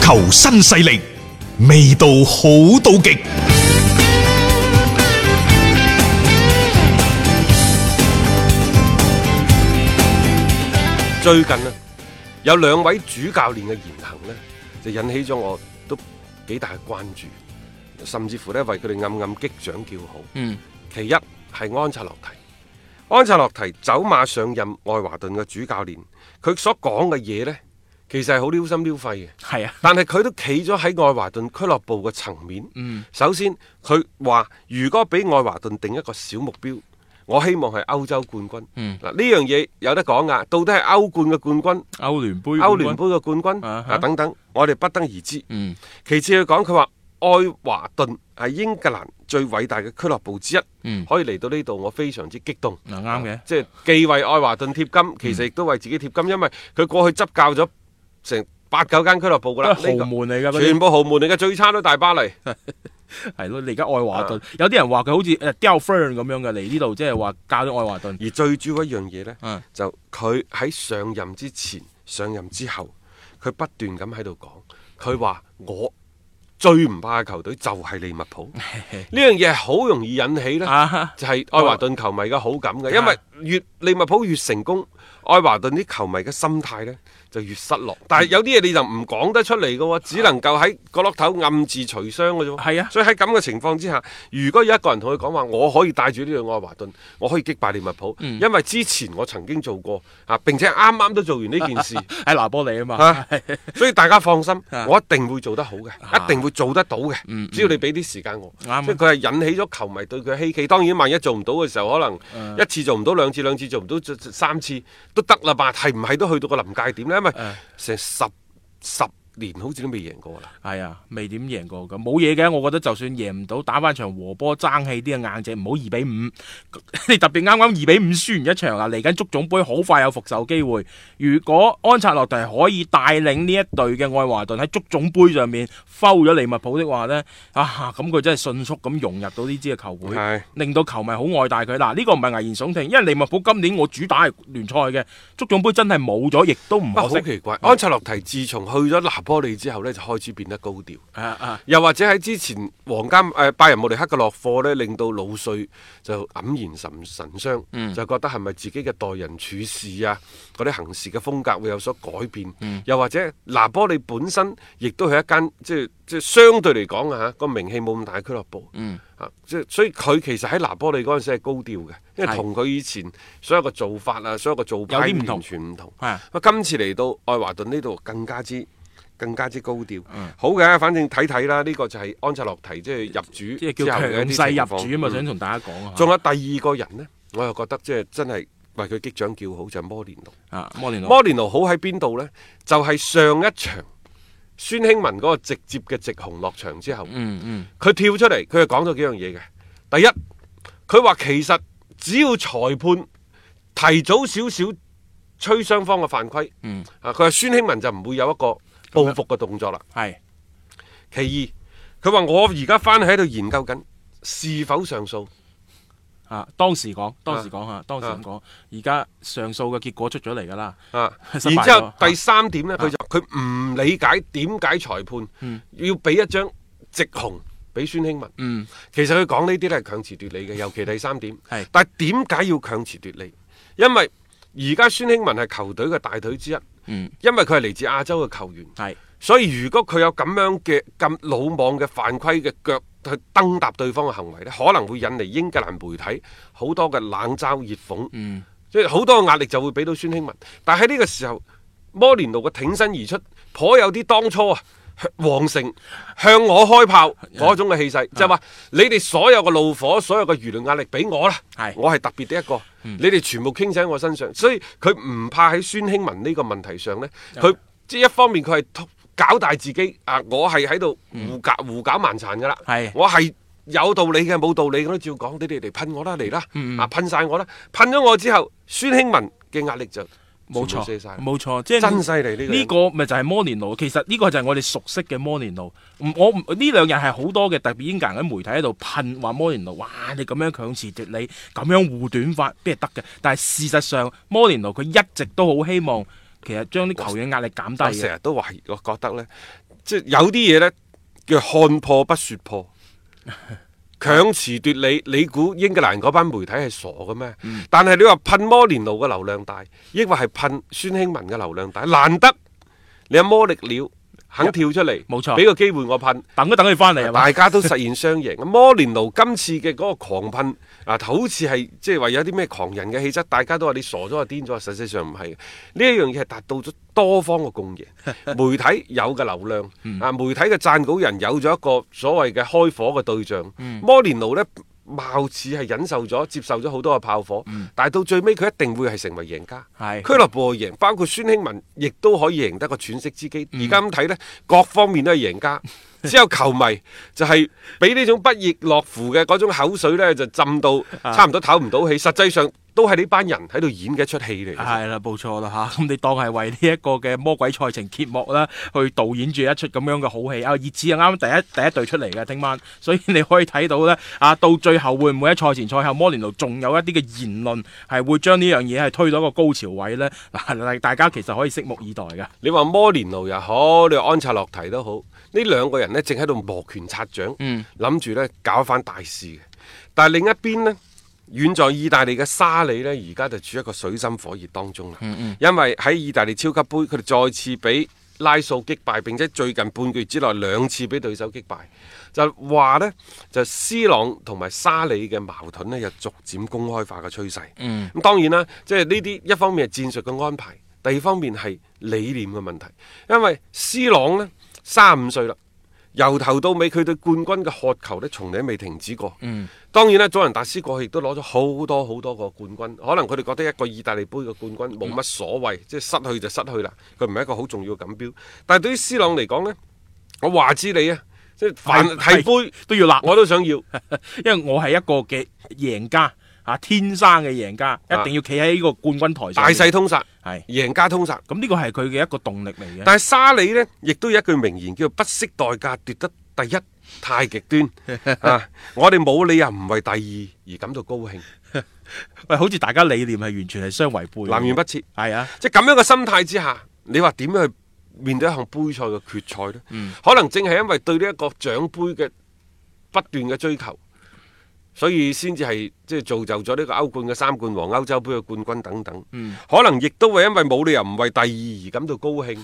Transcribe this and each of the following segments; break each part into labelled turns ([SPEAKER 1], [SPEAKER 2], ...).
[SPEAKER 1] 球新勢力，味道好到極。
[SPEAKER 2] 最近啊，有兩位主教練嘅言行呢，就引起咗我都幾大嘅關注，甚至乎呢為佢哋暗暗擊掌叫好。
[SPEAKER 3] 嗯，
[SPEAKER 2] 其一係安察洛提，安察洛提走馬上任愛華頓嘅主教練，佢所講嘅嘢呢，其實係好撩心撩肺嘅。
[SPEAKER 3] 係啊，
[SPEAKER 2] 但係佢都企咗喺愛華頓俱樂部嘅層面。
[SPEAKER 3] 嗯
[SPEAKER 2] 首先佢話：如果俾愛華頓定一個小目標，我希望係歐洲冠軍。嗱呢、
[SPEAKER 3] 嗯
[SPEAKER 2] 樣嘢有得講噶，到底係歐冠嘅冠軍、
[SPEAKER 3] 歐聯杯，
[SPEAKER 2] 歐聯，杯嘅冠軍
[SPEAKER 3] 啊
[SPEAKER 2] 啊
[SPEAKER 3] 哈
[SPEAKER 2] 等等，我哋不得而知。
[SPEAKER 3] 嗯
[SPEAKER 2] 其次佢講，佢話愛華頓係英格蘭最偉大嘅俱樂部之一，
[SPEAKER 3] 嗯，
[SPEAKER 2] 可以嚟到呢度，我非常之激動。
[SPEAKER 3] 嗱啱嘅，
[SPEAKER 2] 即係既為愛華頓貼金，其實亦都為自己貼金，因為佢過去執教咗成八九間俱樂部噶
[SPEAKER 3] 都係
[SPEAKER 2] 啦，
[SPEAKER 3] 豪
[SPEAKER 2] 呢
[SPEAKER 3] 門嚟㗎
[SPEAKER 2] 個
[SPEAKER 3] 嗰
[SPEAKER 2] 全
[SPEAKER 3] 啲，
[SPEAKER 2] 部豪門嚟嘅，最差都大巴 黎。
[SPEAKER 3] 係咯，你而家愛華
[SPEAKER 2] 啊
[SPEAKER 3] 頓，有啲人話佢好似誒 d e l f e r n 咁樣嘅嚟呢度，即係話教咗愛華 頓，
[SPEAKER 2] 而最主要一樣嘢呢，
[SPEAKER 3] 嗯
[SPEAKER 2] 就佢喺上任之前、上任之後，佢不斷咁喺度講，佢話我最唔怕嘅球隊就係利物 浦。呢樣嘢係好容易引起呢，
[SPEAKER 3] 啊 哈
[SPEAKER 2] 就係愛華頓球迷嘅好感嘅，因
[SPEAKER 3] 啊
[SPEAKER 2] 為越利物浦越成功，愛華頓啲球迷嘅心態呢就越失
[SPEAKER 3] 嗯
[SPEAKER 2] 落。但係有啲嘢你就唔講得出嚟嘅喎，只能夠喺角落頭暗自除傷嘅啫喎。
[SPEAKER 3] 係啊
[SPEAKER 2] 所以喺咁嘅情況之下，如果有一個人同佢講話，我可以帶住呢隊愛華頓，我可以擊敗利物浦，
[SPEAKER 3] 嗯
[SPEAKER 2] 因為之前我曾經做過啊，並且啱啱都做完呢 件事
[SPEAKER 3] 喺拿波利啊嘛，
[SPEAKER 2] 啊，所以大家放心
[SPEAKER 3] 啊，
[SPEAKER 2] 我一定會做得好嘅，
[SPEAKER 3] 啊
[SPEAKER 2] 一定會做得到嘅
[SPEAKER 3] 嗯嗯。
[SPEAKER 2] 只要你俾啲時間我，
[SPEAKER 3] 啱啊
[SPEAKER 2] 即係佢係引起咗球迷對佢嘅希冀。當然，萬一做唔到嘅時候，可能
[SPEAKER 3] 嗯
[SPEAKER 2] 一次做唔到，兩次兩次做唔到，再三次都得啦吧？係唔係都去到個臨界點呢？因為
[SPEAKER 3] 誒
[SPEAKER 2] 成十十年好似都未贏過啦。
[SPEAKER 3] 係啊，未點贏過咁，冇嘢嘅。我覺得就算贏唔到，打翻場和波爭氣啲嘅硬淨，唔好二比五。 你特別啱啱二比五輸完一場啊，嚟緊足總杯好快有復仇機會。如果安察洛提可以帶領呢一隊嘅愛華頓喺足總杯上面摟咗利物浦的話呢，啊咁佢真係迅速咁融入到呢支嘅球會。
[SPEAKER 2] 係
[SPEAKER 3] 令到球迷好愛戴佢。嗱，呢個唔係危言聳聽，因為利物浦今年我主打係
[SPEAKER 2] 啊
[SPEAKER 3] 聯賽嘅，足總杯真係冇咗，亦都唔
[SPEAKER 2] 哇，啊
[SPEAKER 3] 可
[SPEAKER 2] 好
[SPEAKER 3] 惜。
[SPEAKER 2] 奇怪！安察洛提自從去咗拿波利之後呢，就開始變得高調。
[SPEAKER 3] 啊啊，
[SPEAKER 2] 又或者喺之前皇家誒、呃拜仁慕尼黑嘅落課呢，令到老帥就黯然神神傷，
[SPEAKER 3] 嗯
[SPEAKER 2] 就覺得係咪自己嘅待人處事啊，嗰啲行事嘅風格會有所改變？
[SPEAKER 3] 嗯
[SPEAKER 2] 又或者拿波利本身亦都係一間即係即係相對嚟講啊嚇個名氣冇咁大嘅俱樂部。
[SPEAKER 3] 嗯
[SPEAKER 2] 啊，即係所以佢其實喺拿波利嗰陣時係高調嘅，因為
[SPEAKER 3] 係
[SPEAKER 2] 同佢以前所有嘅做法啊，所有嘅做派
[SPEAKER 3] 有啲唔同
[SPEAKER 2] 完全唔同。
[SPEAKER 3] 係啊
[SPEAKER 2] 啊今次嚟到愛華頓呢度更加之更加之高調。
[SPEAKER 3] 嗯
[SPEAKER 2] 好嘅，反正睇睇啦，呢、個就係安察洛提即係入主
[SPEAKER 3] 即係叫
[SPEAKER 2] 之後
[SPEAKER 3] 強
[SPEAKER 2] 嘅一啲
[SPEAKER 3] 勢
[SPEAKER 2] 情
[SPEAKER 3] 入
[SPEAKER 2] 況
[SPEAKER 3] 主啊嘛，
[SPEAKER 2] 嗯
[SPEAKER 3] 想同大家講啊。
[SPEAKER 2] 仲有第二個人呢，我又覺得即係真係為佢擊掌叫好，就係、摩連奴。
[SPEAKER 3] 啊，摩連
[SPEAKER 2] 嗯
[SPEAKER 3] 奴
[SPEAKER 2] 摩連奴好喺邊度呢？就係、上一場孫興文嗰個直接嘅直紅落場之後，佢、
[SPEAKER 3] 嗯嗯，
[SPEAKER 2] 跳出嚟，佢係講咗幾樣嘢嘅。第一，佢話其實只要裁判提早少少吹雙方嘅犯規，
[SPEAKER 3] 嗯
[SPEAKER 2] 啊，佢話孫興文就唔會有一個報復嘅動作啦。
[SPEAKER 3] 係
[SPEAKER 2] 其二，佢話我而家翻去喺度研究緊是否上訴。
[SPEAKER 3] 啊，當時講，當時講嚇，當時咁講。而家上訴嘅結果出咗嚟㗎啦。
[SPEAKER 2] 啊，然
[SPEAKER 3] 失敗咗啊
[SPEAKER 2] 之後第三點呢，佢就佢唔理解點解裁判要俾一張直紅俾孫興文。
[SPEAKER 3] 嗯，
[SPEAKER 2] 其實佢講呢啲都係強詞奪理嘅，尤其第三點
[SPEAKER 3] 係。
[SPEAKER 2] 但係點解要強詞奪理？因為而家孫興文係球隊嘅大腿之一，
[SPEAKER 3] 嗯
[SPEAKER 2] 因為佢係嚟自亞洲嘅球員，
[SPEAKER 3] 係
[SPEAKER 2] 所以如果佢有咁樣嘅咁魯莽嘅犯規嘅腳去蹬踏對方嘅行為呢，可能會引嚟英格蘭媒體好多嘅冷嘲熱諷。
[SPEAKER 3] 嗯
[SPEAKER 2] 即係好多嘅壓力就會俾到孫興文。但係喺呢個時候，摩連奴嘅挺身而出，頗有啲當初啊。向皇 城向我開炮嗰種嘅氣
[SPEAKER 3] 啊
[SPEAKER 2] 勢，就係話你哋所有嘅怒火、所有嘅輿論壓力俾我啦
[SPEAKER 3] 係，
[SPEAKER 2] 我係特別的一個，
[SPEAKER 3] 嗯
[SPEAKER 2] 你哋全部傾晒喺我身上，所以佢唔怕喺孫興文呢個問題上呢，佢即係一方面佢係通搞大自己啊，我係喺度胡搞胡搞蠻殘噶啦，
[SPEAKER 3] 嗯係
[SPEAKER 2] 我係有道理嘅，冇道理我都照講。你哋嚟噴我啦，嚟啦，
[SPEAKER 3] 嗯
[SPEAKER 2] 啊噴晒我啦，噴咗我之後，孫興文嘅壓力就
[SPEAKER 3] 冇
[SPEAKER 2] 全部
[SPEAKER 3] 錯
[SPEAKER 2] 卸晒，
[SPEAKER 3] 冇錯，即係
[SPEAKER 2] 真犀利呢個人
[SPEAKER 3] 呢個咪就係摩連奴。其實呢個就係我哋熟悉嘅摩連奴。唔我唔呢兩日係好多嘅特別英格蘭嘅媒體喺度噴話摩連奴，哇！你咁樣強詞奪理，咁樣護短法，邊係得嘅？但係事實上，摩連奴佢一直都好希望，其實將啲球員壓力減低
[SPEAKER 2] 我
[SPEAKER 3] 嘅
[SPEAKER 2] 成。日都懷疑，我覺得呢，即係有啲嘢呢，叫看破不說 破。強詞奪理，你估英格蘭嗰班媒體係傻嘅咩？
[SPEAKER 3] 嗯
[SPEAKER 2] 但係你話噴摩連奴嘅流量大，抑或係噴孫興文嘅流量大，難得你有魔力了，肯跳出嚟，
[SPEAKER 3] 冇錯
[SPEAKER 2] 俾個機會我噴，
[SPEAKER 3] 等一等佢翻嚟係嘛？
[SPEAKER 2] 大家都實現雙贏。摩連奴今次嘅嗰個狂噴啊，好似係即係話有啲咩狂人嘅氣質，大家都話你傻咗啊、癲咗啊，實際上唔係嘅。呢一樣嘢係達到咗多方嘅 共贏，媒體有嘅流量
[SPEAKER 3] 嗯
[SPEAKER 2] 啊，媒體嘅撰稿人有咗一個所謂嘅開火嘅對象。
[SPEAKER 3] 嗯
[SPEAKER 2] 摩連奴呢，貌似係忍受咗、接受咗好多嘅炮火，但係到最尾佢一定會係成為贏家。
[SPEAKER 3] 嗯係
[SPEAKER 2] 俱樂部贏，包括孫興文，亦都可以贏得個喘息之機。而家咁睇呢，各方面都係贏家。只有球迷就係俾呢種不亦樂乎嘅嗰種口水呢，就浸到差唔多唞唔到氣。實際上都係呢班人喺度演嘅一出戲嚟嘅。
[SPEAKER 3] 係啦，冇錯啦 吓，咁、你當係為呢一個嘅魔鬼賽程揭幕啦，去導演住一出咁樣嘅好戲啊！熱刺啊，啱啱第一第一隊出嚟嘅，聽晚， 所以你可以睇到呢，啊，到最後會唔會喺賽前賽後摩連奴仲有一啲嘅言論係會將呢樣嘢係推到一個高潮位呢？ 嗱，大家其實可以拭目以待嘅。
[SPEAKER 2] 你話摩連奴又好，你話安察洛提都好，呢兩個人呢，正喺度磨拳擦掌，諗住呢搞翻大事嘅。但係另一邊呢，遠在意大利嘅沙里呢，而家就處於一個水深火熱當中啦。因為喺意大利超級杯，佢哋再次俾拉素擊敗，並且最近半個月之內兩次俾對手擊敗，就話呢，就 C 朗同埋沙里嘅矛盾呢，有逐漸公開化嘅趨勢。
[SPEAKER 3] 嗯
[SPEAKER 2] 咁當然啦，即係呢啲一方面係戰術嘅安排，第二方面係理念嘅問題。因為 C 朗呢，三十五歲啦，由頭到尾佢對冠軍嘅渴求呢，從嚟都未停止過。
[SPEAKER 3] 嗯，
[SPEAKER 2] 當然啦，佐仁達斯過去亦都攞咗好多好多個冠軍，可能佢哋覺得一個意大利杯嘅冠軍冇乜所
[SPEAKER 3] 嗯
[SPEAKER 2] 謂，即係失去就失去啦，佢唔係一個好重要嘅錦標。但係對於 C 朗嚟講呢，我話知你啊，即係凡
[SPEAKER 3] 係啊
[SPEAKER 2] 係杯
[SPEAKER 3] 都要立，
[SPEAKER 2] 我都想要。
[SPEAKER 3] 因為我係一個嘅贏家啊，天生嘅贏家，一定要企喺呢個冠軍台上
[SPEAKER 2] 大
[SPEAKER 3] 面。
[SPEAKER 2] 細通殺，
[SPEAKER 3] 係，
[SPEAKER 2] 贏家通殺。
[SPEAKER 3] 咁呢個係佢嘅一個動力嚟嘅。
[SPEAKER 2] 但係沙里呢，亦都有一句名言叫做不惜代價奪得第一，太極 端啊！我哋冇理由唔為第二而感到高興，
[SPEAKER 3] 喂，好似大家理念係完全係相違背嘅。
[SPEAKER 2] 南轅北轍。
[SPEAKER 3] 係啊。
[SPEAKER 2] 即係咁樣嘅心態之下，你話點樣去面對一項杯賽嘅決賽呢？
[SPEAKER 3] 嗯
[SPEAKER 2] 可能正係因為對呢一個獎杯嘅不斷嘅追求，所以先至係即係造就咗呢個歐冠嘅三冠王、歐洲杯嘅冠軍等等。
[SPEAKER 3] 嗯
[SPEAKER 2] 可能亦都會因為冇理由唔為第二而感到高興。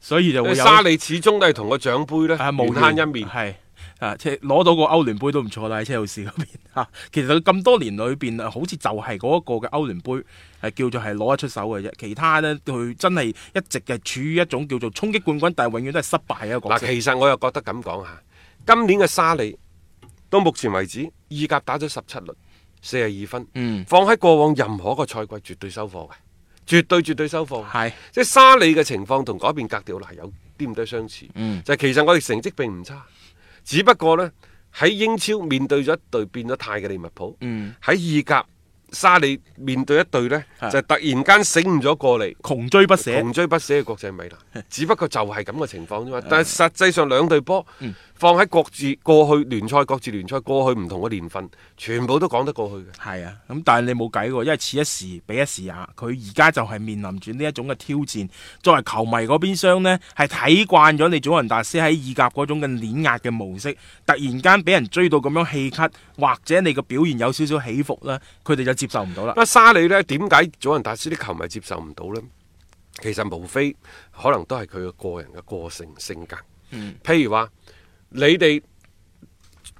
[SPEAKER 3] 所以就會有
[SPEAKER 2] 沙利始終都係同個獎杯
[SPEAKER 3] 啊
[SPEAKER 2] 呢
[SPEAKER 3] 無
[SPEAKER 2] 無慳一面。
[SPEAKER 3] 係啊，即係攞到個歐聯杯都唔錯啦，喺車路士嗰邊嚇。 其實佢咁多年裏邊啊，好似就係嗰一個嘅歐聯杯啊係叫做係攞得出手嘅啫，其他呢，佢真係一直係處於一種叫做衝擊冠軍，但係永遠都係失敗嘅一個角
[SPEAKER 2] 嗱，
[SPEAKER 3] 色。
[SPEAKER 2] 其實我又覺得咁講下，今年嘅沙利到目前為止，意甲打咗十七輪，四十二分，
[SPEAKER 3] 嗯，
[SPEAKER 2] 放喺過往任何一個賽季絕對收貨嘅，絕對絕對收貨嘅。
[SPEAKER 3] 係
[SPEAKER 2] 即係沙利嘅情況同嗰邊格調嗱有啲唔多相似，
[SPEAKER 3] 嗯
[SPEAKER 2] 就係其實我哋成績並唔差，只不過呢，喺英超面對咗一隊變咗態嘅利物浦，
[SPEAKER 3] 嗯
[SPEAKER 2] 喺意甲沙利面對一隊呢，就突然間醒悟咗過嚟。
[SPEAKER 3] 窮追不捨。
[SPEAKER 2] 窮追不捨嘅國際米 蘭，只不過就係咁嘅情況啫嘛。但係實際上兩隊波放喺各自過去聯賽、各自聯賽過去唔同嘅年份，全部都講得過去嘅。
[SPEAKER 3] 係啊，咁但係你冇計喎，因為此一時彼一時也，佢而家就係面臨住呢一種嘅挑戰。作為球迷嗰邊廂呢，係睇慣咗你祖雲達斯喺意甲嗰種嘅碾壓嘅模式，突然間俾人追到咁樣氣咳，或者你嘅表現有少少起伏呢，佢哋就接受唔到啦。
[SPEAKER 2] 啊不沙里呢，點解祖雲達斯啲球迷接受唔到呢？其實無非可能都係佢嘅個人嘅個性性格。
[SPEAKER 3] 嗯
[SPEAKER 2] 譬如話，你哋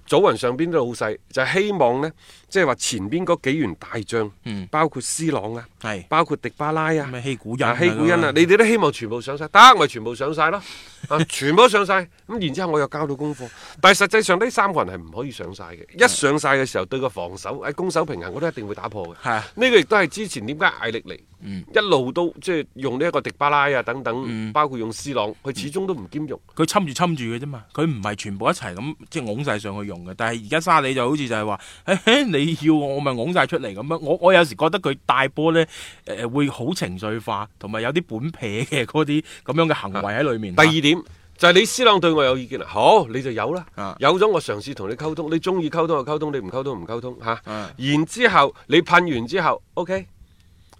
[SPEAKER 2] 祖雲上邊啲老細就希望呢，即係話前邊嗰幾員大將，
[SPEAKER 3] 嗯
[SPEAKER 2] 包括斯朗啊，
[SPEAKER 3] 係
[SPEAKER 2] 包括迪巴拉啊，
[SPEAKER 3] 咩希古
[SPEAKER 2] 啊
[SPEAKER 3] 人、
[SPEAKER 2] 希古恩啊，你哋都希望全部上晒，得咪全部上晒咯，啊， 全部都上晒，咁然之後我又交到功課，但係實際上呢三個人係唔可以上晒嘅，一上晒嘅時候對個防守喺攻守平衡我都一定會打破嘅，
[SPEAKER 3] 係啊
[SPEAKER 2] 呢個亦都係之前點解艾力嚟，
[SPEAKER 3] 嗯
[SPEAKER 2] 一路都即係用呢一個迪巴拉啊等等，包括用斯朗，佢始終都唔兼容。
[SPEAKER 3] 佢侵住侵住嘅啫嘛，佢唔係全部一齊咁即係拱晒上去用嘅。但係而家沙里就好似就係話，嘿嘿你要我咪拱晒出嚟咁樣。我我有時覺得佢帶波呢，誒、呃、會好情緒化，同埋有啲本撇嘅嗰啲咁樣嘅行為喺裏面。
[SPEAKER 2] 第二點就係、你斯朗對我有意見啦，好你就有啦，
[SPEAKER 3] 啊
[SPEAKER 2] 有咗我嘗試同你溝通，你中意溝通就溝通，你唔溝通唔溝通嚇。
[SPEAKER 3] 啊
[SPEAKER 2] 然之後你噴完之後，OK，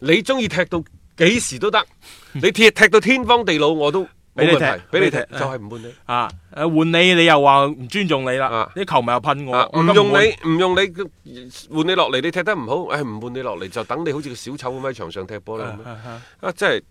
[SPEAKER 2] 你中意踢到幾時都得，你踢踢到天荒地老我都
[SPEAKER 3] 俾你
[SPEAKER 2] 冇問
[SPEAKER 3] 踢
[SPEAKER 2] 題，俾你踢
[SPEAKER 3] 俾你踢
[SPEAKER 2] 就係唔判你
[SPEAKER 3] 啊！诶，换你你又話唔尊重你啦
[SPEAKER 2] 啊，
[SPEAKER 3] 啲球迷又噴
[SPEAKER 2] 啊
[SPEAKER 3] 我，！我
[SPEAKER 2] 唔
[SPEAKER 3] 根
[SPEAKER 2] 用
[SPEAKER 3] 本
[SPEAKER 2] 你，唔用你，換你落嚟，你踢得唔好，誒唔換你落嚟就等你好似個小丑咁喺場上踢波啦咁樣。啊，真係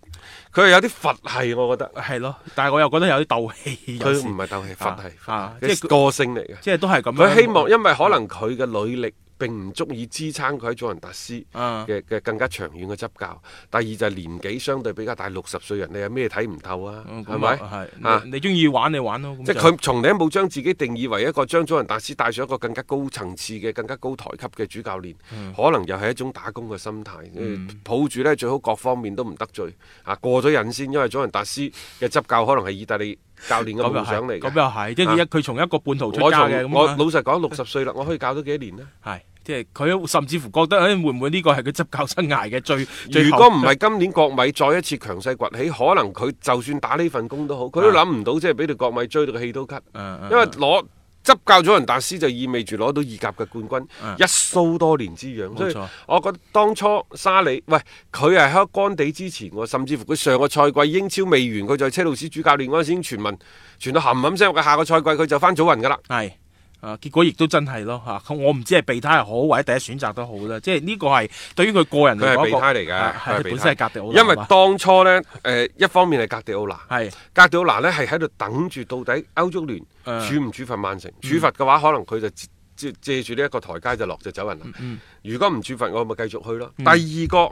[SPEAKER 2] 佢係有啲佛系，我覺得
[SPEAKER 3] 啊係咯，但係我又覺得有啲鬥氣，
[SPEAKER 2] 佢
[SPEAKER 3] 有時
[SPEAKER 2] 唔係鬥氣，佛系，
[SPEAKER 3] 啊
[SPEAKER 2] 即
[SPEAKER 3] 即
[SPEAKER 2] 係
[SPEAKER 3] 係
[SPEAKER 2] 個性嚟嘅。
[SPEAKER 3] 即係都係啊咁樣。
[SPEAKER 2] 佢希望，因為可能佢嘅履歷並唔足以支撐佢喺祖雲達斯
[SPEAKER 3] 啊
[SPEAKER 2] 嘅嘅更加長遠嘅執教。第二就係年紀相對比較大，六十歲人你有咩睇唔透啊？
[SPEAKER 3] 嗯
[SPEAKER 2] 係
[SPEAKER 3] 咁
[SPEAKER 2] 咪？
[SPEAKER 3] 啊
[SPEAKER 2] 啊
[SPEAKER 3] 係你你中意玩你玩咯，咁
[SPEAKER 2] 即係
[SPEAKER 3] 就
[SPEAKER 2] 佢從嚟都冇將自己定義為一個將祖雲達斯帶上一個更加高層次嘅、更加高台級嘅主教練，
[SPEAKER 3] 嗯
[SPEAKER 2] 可能又係一種打工嘅心態。呃抱住呢最好各方面都唔得罪啊，過咗癮先，因為祖雲達斯嘅執教可能係意大利教練嘅
[SPEAKER 3] 咁又
[SPEAKER 2] 夢想嚟
[SPEAKER 3] 係，咁
[SPEAKER 2] 嘅。
[SPEAKER 3] 又係，即係一佢從一個半途出
[SPEAKER 2] 我
[SPEAKER 3] 家嘅
[SPEAKER 2] 從
[SPEAKER 3] 咁
[SPEAKER 2] 我
[SPEAKER 3] 啊
[SPEAKER 2] 老實講，六十歲啦，我可以教到幾多年呢？
[SPEAKER 3] 係，即係佢甚至乎覺得，誒會唔會呢個係佢執教生涯嘅 最 最
[SPEAKER 2] 如
[SPEAKER 3] 後
[SPEAKER 2] 果唔係今年國米再一次強勢崛起，可能佢就算打呢份工都好，佢都諗唔到即係俾條國米追到個氣都咳。
[SPEAKER 3] 嗯嗯
[SPEAKER 2] 因為攞執教咗人達斯就意味住攞到意甲嘅冠
[SPEAKER 3] 嗯
[SPEAKER 2] 軍，一蘇多年之癢。
[SPEAKER 3] 冇
[SPEAKER 2] 所以
[SPEAKER 3] 錯
[SPEAKER 2] 我覺得當初沙里，喂，佢係喺乾地之前喎，甚至乎佢上個賽季英超未完，佢就係車路士主教練嗰陣時已經傳聞，傳到冚冚聲，佢下個賽季佢就翻祖雲㗎啦。
[SPEAKER 3] 係啊，結果亦都真係咯嚇。咁我唔知係備胎又好，或者第一選擇都好啦。即係呢個係對於佢個人
[SPEAKER 2] 佢係
[SPEAKER 3] 嚟講一個，
[SPEAKER 2] 備胎嚟嘅
[SPEAKER 3] 啊，
[SPEAKER 2] 佢
[SPEAKER 3] 係
[SPEAKER 2] 係
[SPEAKER 3] 本
[SPEAKER 2] 備
[SPEAKER 3] 身
[SPEAKER 2] 胎
[SPEAKER 3] 係格迪奧拿
[SPEAKER 2] 因為
[SPEAKER 3] 嘛
[SPEAKER 2] 當初呢，誒、呃一方面係格迪奧拿，
[SPEAKER 3] 係
[SPEAKER 2] 格迪奧拿呢係喺度等住到底歐足聯
[SPEAKER 3] 嗯
[SPEAKER 2] 處唔處罰曼城，處罰嘅話可能佢就借借借住呢一個台階就落就走人啦。
[SPEAKER 3] 嗯
[SPEAKER 2] 如果唔處罰，我咪繼續去咯。第二個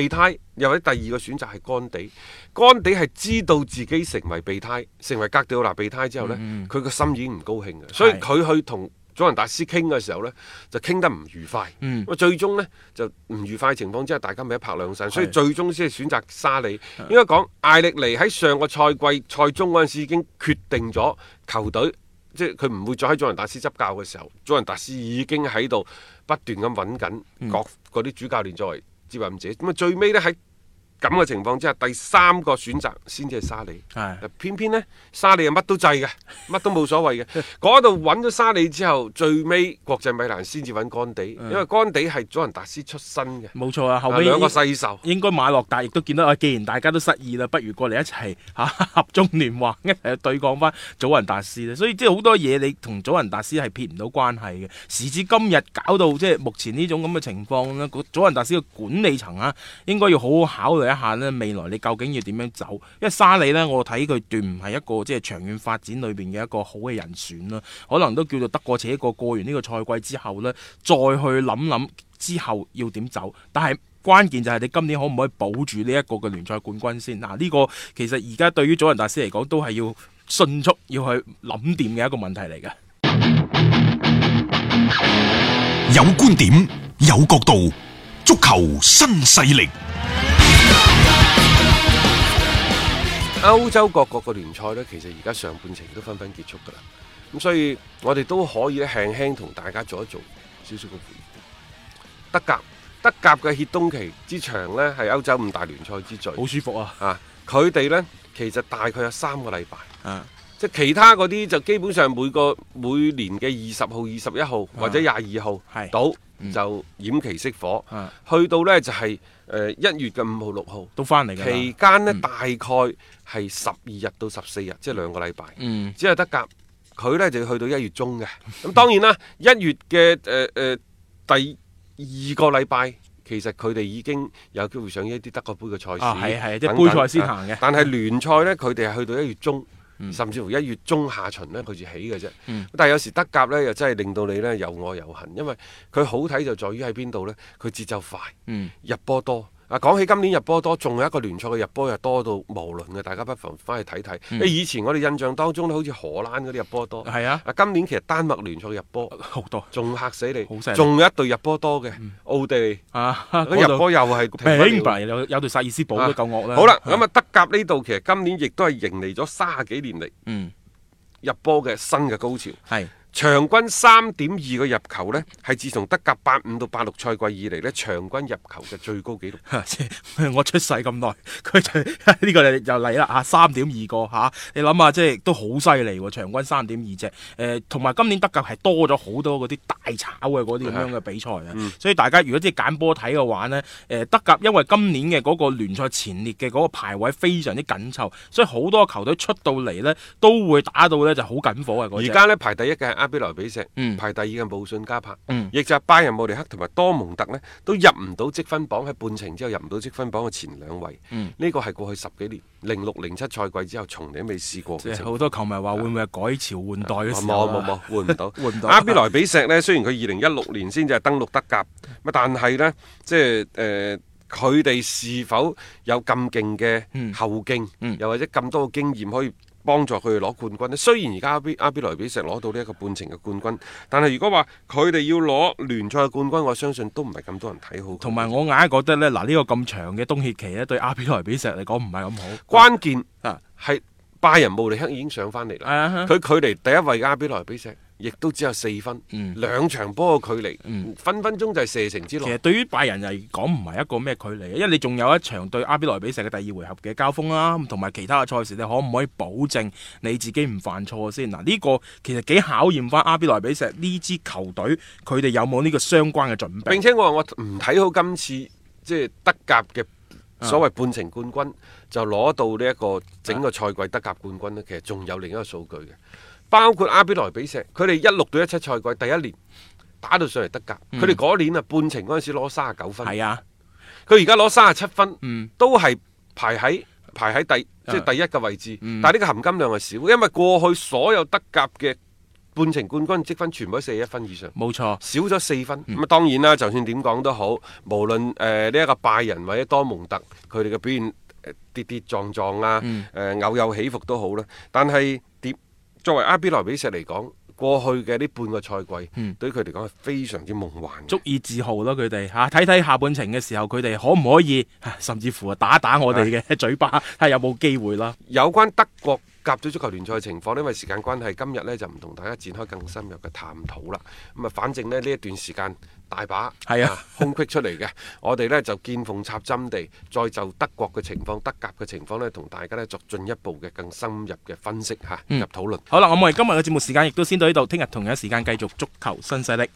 [SPEAKER 2] 備胎又或者第二個選擇係乾地，乾地係知道自己成為備胎，成為格迪奧拿備胎之後呢，佢個、心已經唔高興嘅，所以
[SPEAKER 3] 嗯係
[SPEAKER 2] 佢去同。祖雲達斯傾嘅時候呢，就傾得唔愉快。咁、
[SPEAKER 3] 嗯
[SPEAKER 2] 最終呢，就唔愉快嘅情況之下，大家咪一拍兩散，所以
[SPEAKER 3] 係啊
[SPEAKER 2] 最終先係選擇沙里。應該講艾力尼喺上個賽季賽中嗰陣時已經決定咗球隊，即係佢唔會再喺祖雲達斯執教嘅時候，祖雲達斯已經喺度不斷咁揾
[SPEAKER 3] 嗯
[SPEAKER 2] 緊各嗰啲主教練作為接任者。咁啊最尾呢，喺咁嘅情況之下，第三個選擇先至係沙里。
[SPEAKER 3] 係
[SPEAKER 2] 偏偏呢，沙利係啊乜都制嘅，乜都冇所謂 嘅。嗰度揾咗沙利之後，最尾國際米蘭先至揾干地，因為干地係祖雲達斯出身嘅，
[SPEAKER 3] 冇錯啊。嗯後
[SPEAKER 2] 啊
[SPEAKER 3] 尾
[SPEAKER 2] 兩個細獸。
[SPEAKER 3] 應該馬洛達亦都見到啊，既然大家都失意啦，不如過嚟一齊嚇、 合中聯橫，一齊去對抗翻祖雲達斯啦。所以即係好多嘢你同祖雲達斯係撇唔到關係嘅。時至今日搞到即係目前呢種咁嘅情況啦，個祖雲達斯嘅管理層啊，應該要好好考慮一下呢未來你究竟要點樣走？因為沙利呢，我睇佢斷唔係一個即係長遠發展裏邊嘅一個好嘅人選啦，可能都叫做得過且過。過完呢個賽季之後呢，再去諗諗之後要點走，但係。關鍵就係你今年可唔可以保住呢一個嘅聯賽冠軍先？嗱、呢、個其實而家對於祖雲達斯嚟講，都係要迅速要去諗掂嘅一個問題嚟嘅。
[SPEAKER 1] 有觀點，有角度，足球新勢力。
[SPEAKER 2] 歐洲各國嘅聯賽呢，其實而家上半程都紛紛結束㗎啦。咁所以我哋都可以咧輕輕同大家做一做少少嘅回顧。德甲，德甲嘅歇冬期之長呢，係歐洲五大聯賽之最。
[SPEAKER 3] 好舒服啊！
[SPEAKER 2] 啊，佢哋呢，其實大概有三個禮拜。
[SPEAKER 3] 啊，
[SPEAKER 2] 即係其他嗰啲就基本上每個每年嘅二十號、二十一號或者廿二號
[SPEAKER 3] 啊係
[SPEAKER 2] 到
[SPEAKER 3] 嗯
[SPEAKER 2] 就掩旗熄火
[SPEAKER 3] 啊，
[SPEAKER 2] 去到呢就係誒一月嘅五號、六號。
[SPEAKER 3] 都翻嚟㗎
[SPEAKER 2] 期
[SPEAKER 3] 啦。嗯
[SPEAKER 2] 間呢，大概係十二日到十四日，即係兩個禮拜。
[SPEAKER 3] 嗯，
[SPEAKER 2] 只係得甲，佢呢就要去到一月中嘅。咁當然啦，一月嘅誒誒第二個禮拜，其實佢哋已經有機會上一啲德國杯嘅賽事，
[SPEAKER 3] 啊係係即係
[SPEAKER 2] 等等
[SPEAKER 3] 杯賽先行嘅嗯
[SPEAKER 2] 啊但係聯賽呢，佢哋係去到一月中。甚至乎一月中下旬呢，佢就起嘅啫。但係有時德甲呢，又真係令到你呢又愛又恨，因為佢好睇就在於喺邊度呢？佢節奏快，
[SPEAKER 3] 嗯
[SPEAKER 2] 入波多。啊，講起今年入波多，仲有一個聯賽嘅入波又多到無論嘅，大家不妨翻去睇睇。因為以前我哋印象當中咧，好似荷蘭嗰啲入波多，
[SPEAKER 3] 嗯係啊，
[SPEAKER 2] 今年其實丹麥聯賽嘅入波
[SPEAKER 3] 好多
[SPEAKER 2] 仲嚇死你
[SPEAKER 3] 好犀，利嗯
[SPEAKER 2] 仲有一隊入波多嘅奧地利，
[SPEAKER 3] 啊，
[SPEAKER 2] 嗰
[SPEAKER 3] 嗰
[SPEAKER 2] 入
[SPEAKER 3] 度
[SPEAKER 2] 波又係停不了啊
[SPEAKER 3] 平白有有對薩爾斯堡都夠惡啦。
[SPEAKER 2] 好啦，咁啊德甲呢度其實今年亦都係迎嚟咗三十幾年嚟
[SPEAKER 3] 嗯，
[SPEAKER 2] 入波嘅新嘅高潮。
[SPEAKER 3] 係
[SPEAKER 2] 場均三點二個入球呢，係自從德甲八五到八六賽季以嚟呢，場均入球嘅最高紀錄。
[SPEAKER 3] 我出世咁耐，佢就 呢個就嚟啦嚇，三點二個嚇，你諗下即係都好犀利喎，場均三點二隻。誒、同埋今年德甲係多咗好多嗰啲大炒嘅嗰啲咁樣嘅比賽啊，
[SPEAKER 2] 嗯
[SPEAKER 3] 所以大家如果即係揀波睇嘅話呢，誒、德甲因為今年嘅嗰個聯賽前列嘅嗰個排位非常之緊湊，所以好多球隊出到嚟呢都會打到呢就好緊火嘅嗰
[SPEAKER 2] 而
[SPEAKER 3] 隻。
[SPEAKER 2] 家呢，排第一嘅係阿比萊比錫，
[SPEAKER 3] 嗯
[SPEAKER 2] 排第二嘅慕遜加柏，
[SPEAKER 3] 嗯
[SPEAKER 2] 亦就係拜仁慕尼黑同埋多蒙特呢，都入唔到積分榜喺半程之後入唔到積分榜嘅前兩位。
[SPEAKER 3] 嗯
[SPEAKER 2] 呢個係過去十幾年零六零七賽季之後從嚟都未試過嘅
[SPEAKER 3] 即
[SPEAKER 2] 情
[SPEAKER 3] 係
[SPEAKER 2] 況
[SPEAKER 3] 好多球迷話會唔會係改朝換代嘅時
[SPEAKER 2] 冇
[SPEAKER 3] 候啊
[SPEAKER 2] 冇冇，換唔到。
[SPEAKER 3] 換唔到
[SPEAKER 2] 阿比萊比錫呢，雖然佢二零一六年先至係登陸德甲，咁但係呢，即係誒。呃佢哋是否有咁勁嘅後勁，
[SPEAKER 3] 嗯
[SPEAKER 2] 又或者咁多嘅經驗可以幫助佢哋攞冠軍呢？雖然而家阿比阿比萊比錫攞到呢一個半程嘅冠軍，但係如果話佢哋要攞聯賽嘅冠軍，我相信都唔係咁多人睇好佢。
[SPEAKER 3] 同埋我硬係覺得呢，嗱呢個咁長嘅冬歇期呢，對阿比萊比錫嚟講唔係咁好。
[SPEAKER 2] 關鍵
[SPEAKER 3] 啊
[SPEAKER 2] 係拜仁慕尼黑已經上翻嚟啦。
[SPEAKER 3] 啊哈
[SPEAKER 2] 佢距離第一位嘅阿比萊比錫，亦都只有四分，
[SPEAKER 3] 嗯
[SPEAKER 2] 兩場波嘅距離，分分鐘就係射程之
[SPEAKER 3] 其實
[SPEAKER 2] 內。
[SPEAKER 3] 對於拜仁嚟講唔係一個咩距離，因為你仲有一場對阿比萊比錫嘅第二回合嘅交鋒啦，同埋其他嘅賽事，你可唔可以保證你自己唔犯錯先？嗱，呢個其實幾考驗翻阿比萊比錫呢支球隊佢哋有冇呢個相關嘅準備
[SPEAKER 2] 並。且我話我唔睇好今次即係德甲嘅所
[SPEAKER 3] 啊
[SPEAKER 2] 謂半程冠軍，就攞到呢一個整個賽季德甲冠軍
[SPEAKER 3] 嗯
[SPEAKER 2] 咧。其實仲有另一個數據嘅，包括阿比萊比錫，佢哋一六到一七賽季第一年打到上嚟德甲，
[SPEAKER 3] 嗯
[SPEAKER 2] 佢哋嗰年啊半程嗰陣時攞三十九分，
[SPEAKER 3] 係啊，
[SPEAKER 2] 佢而家攞三十七分，
[SPEAKER 3] 嗯
[SPEAKER 2] 都係排喺排喺第
[SPEAKER 3] 啊嗯
[SPEAKER 2] 即係第一嘅位置，但係呢個含金量係少，因為過去所有德甲嘅半程冠軍積分全部都四十一分以上。
[SPEAKER 3] 冇錯。
[SPEAKER 2] 少咗四分，
[SPEAKER 3] 嗯
[SPEAKER 2] 咁啊、當然啦，就算點講都好，無論誒呢一個拜仁或者多蒙特，佢哋嘅表現、呃跌跌撞撞啊，誒、
[SPEAKER 3] 嗯
[SPEAKER 2] 偶有起伏都好啦。但係點作為阿比萊比錫嚟講，過去嘅呢半個賽季，
[SPEAKER 3] 嗯
[SPEAKER 2] 對於佢嚟講係非常之夢幻嘅。
[SPEAKER 3] 足以自豪咯，佢哋嚇睇睇下半程嘅時候，佢哋可唔可以、啊甚至乎啊打打我哋嘅嘴巴，睇下有冇機會啦。
[SPEAKER 2] 有關德國甲組足球聯賽嘅情況，因為時間關係，今日呢就唔同大家展開更深入嘅探討啦。咁啊，反正呢，呢一段時間大把
[SPEAKER 3] 係啊
[SPEAKER 2] 空隙出嚟嘅， 我哋呢就見縫插針地再就德國嘅情況、德甲嘅情況呢，同大家呢作進一步嘅更深入嘅分析嚇，入
[SPEAKER 3] 嗯
[SPEAKER 2] 討論。
[SPEAKER 3] 好啦，咁我哋今日嘅節目時間亦都先到呢度，聽日同樣時間繼續足球新勢力。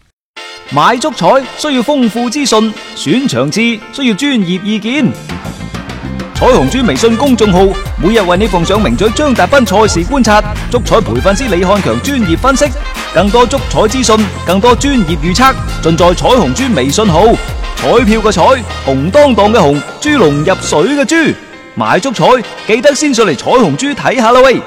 [SPEAKER 4] 買足彩需要豐富資訊，選場次需要專業意見。彩虹豬微信公眾號每日為你奉上名嘴張達斌賽事觀察、足彩培訓師李漢強專業分析，更多足彩資訊、更多專業預測，盡在彩虹豬微信號。彩票嘅彩，紅當當嘅紅，豬籠入水嘅豬。買足彩記得先上嚟彩虹豬睇下啦喂！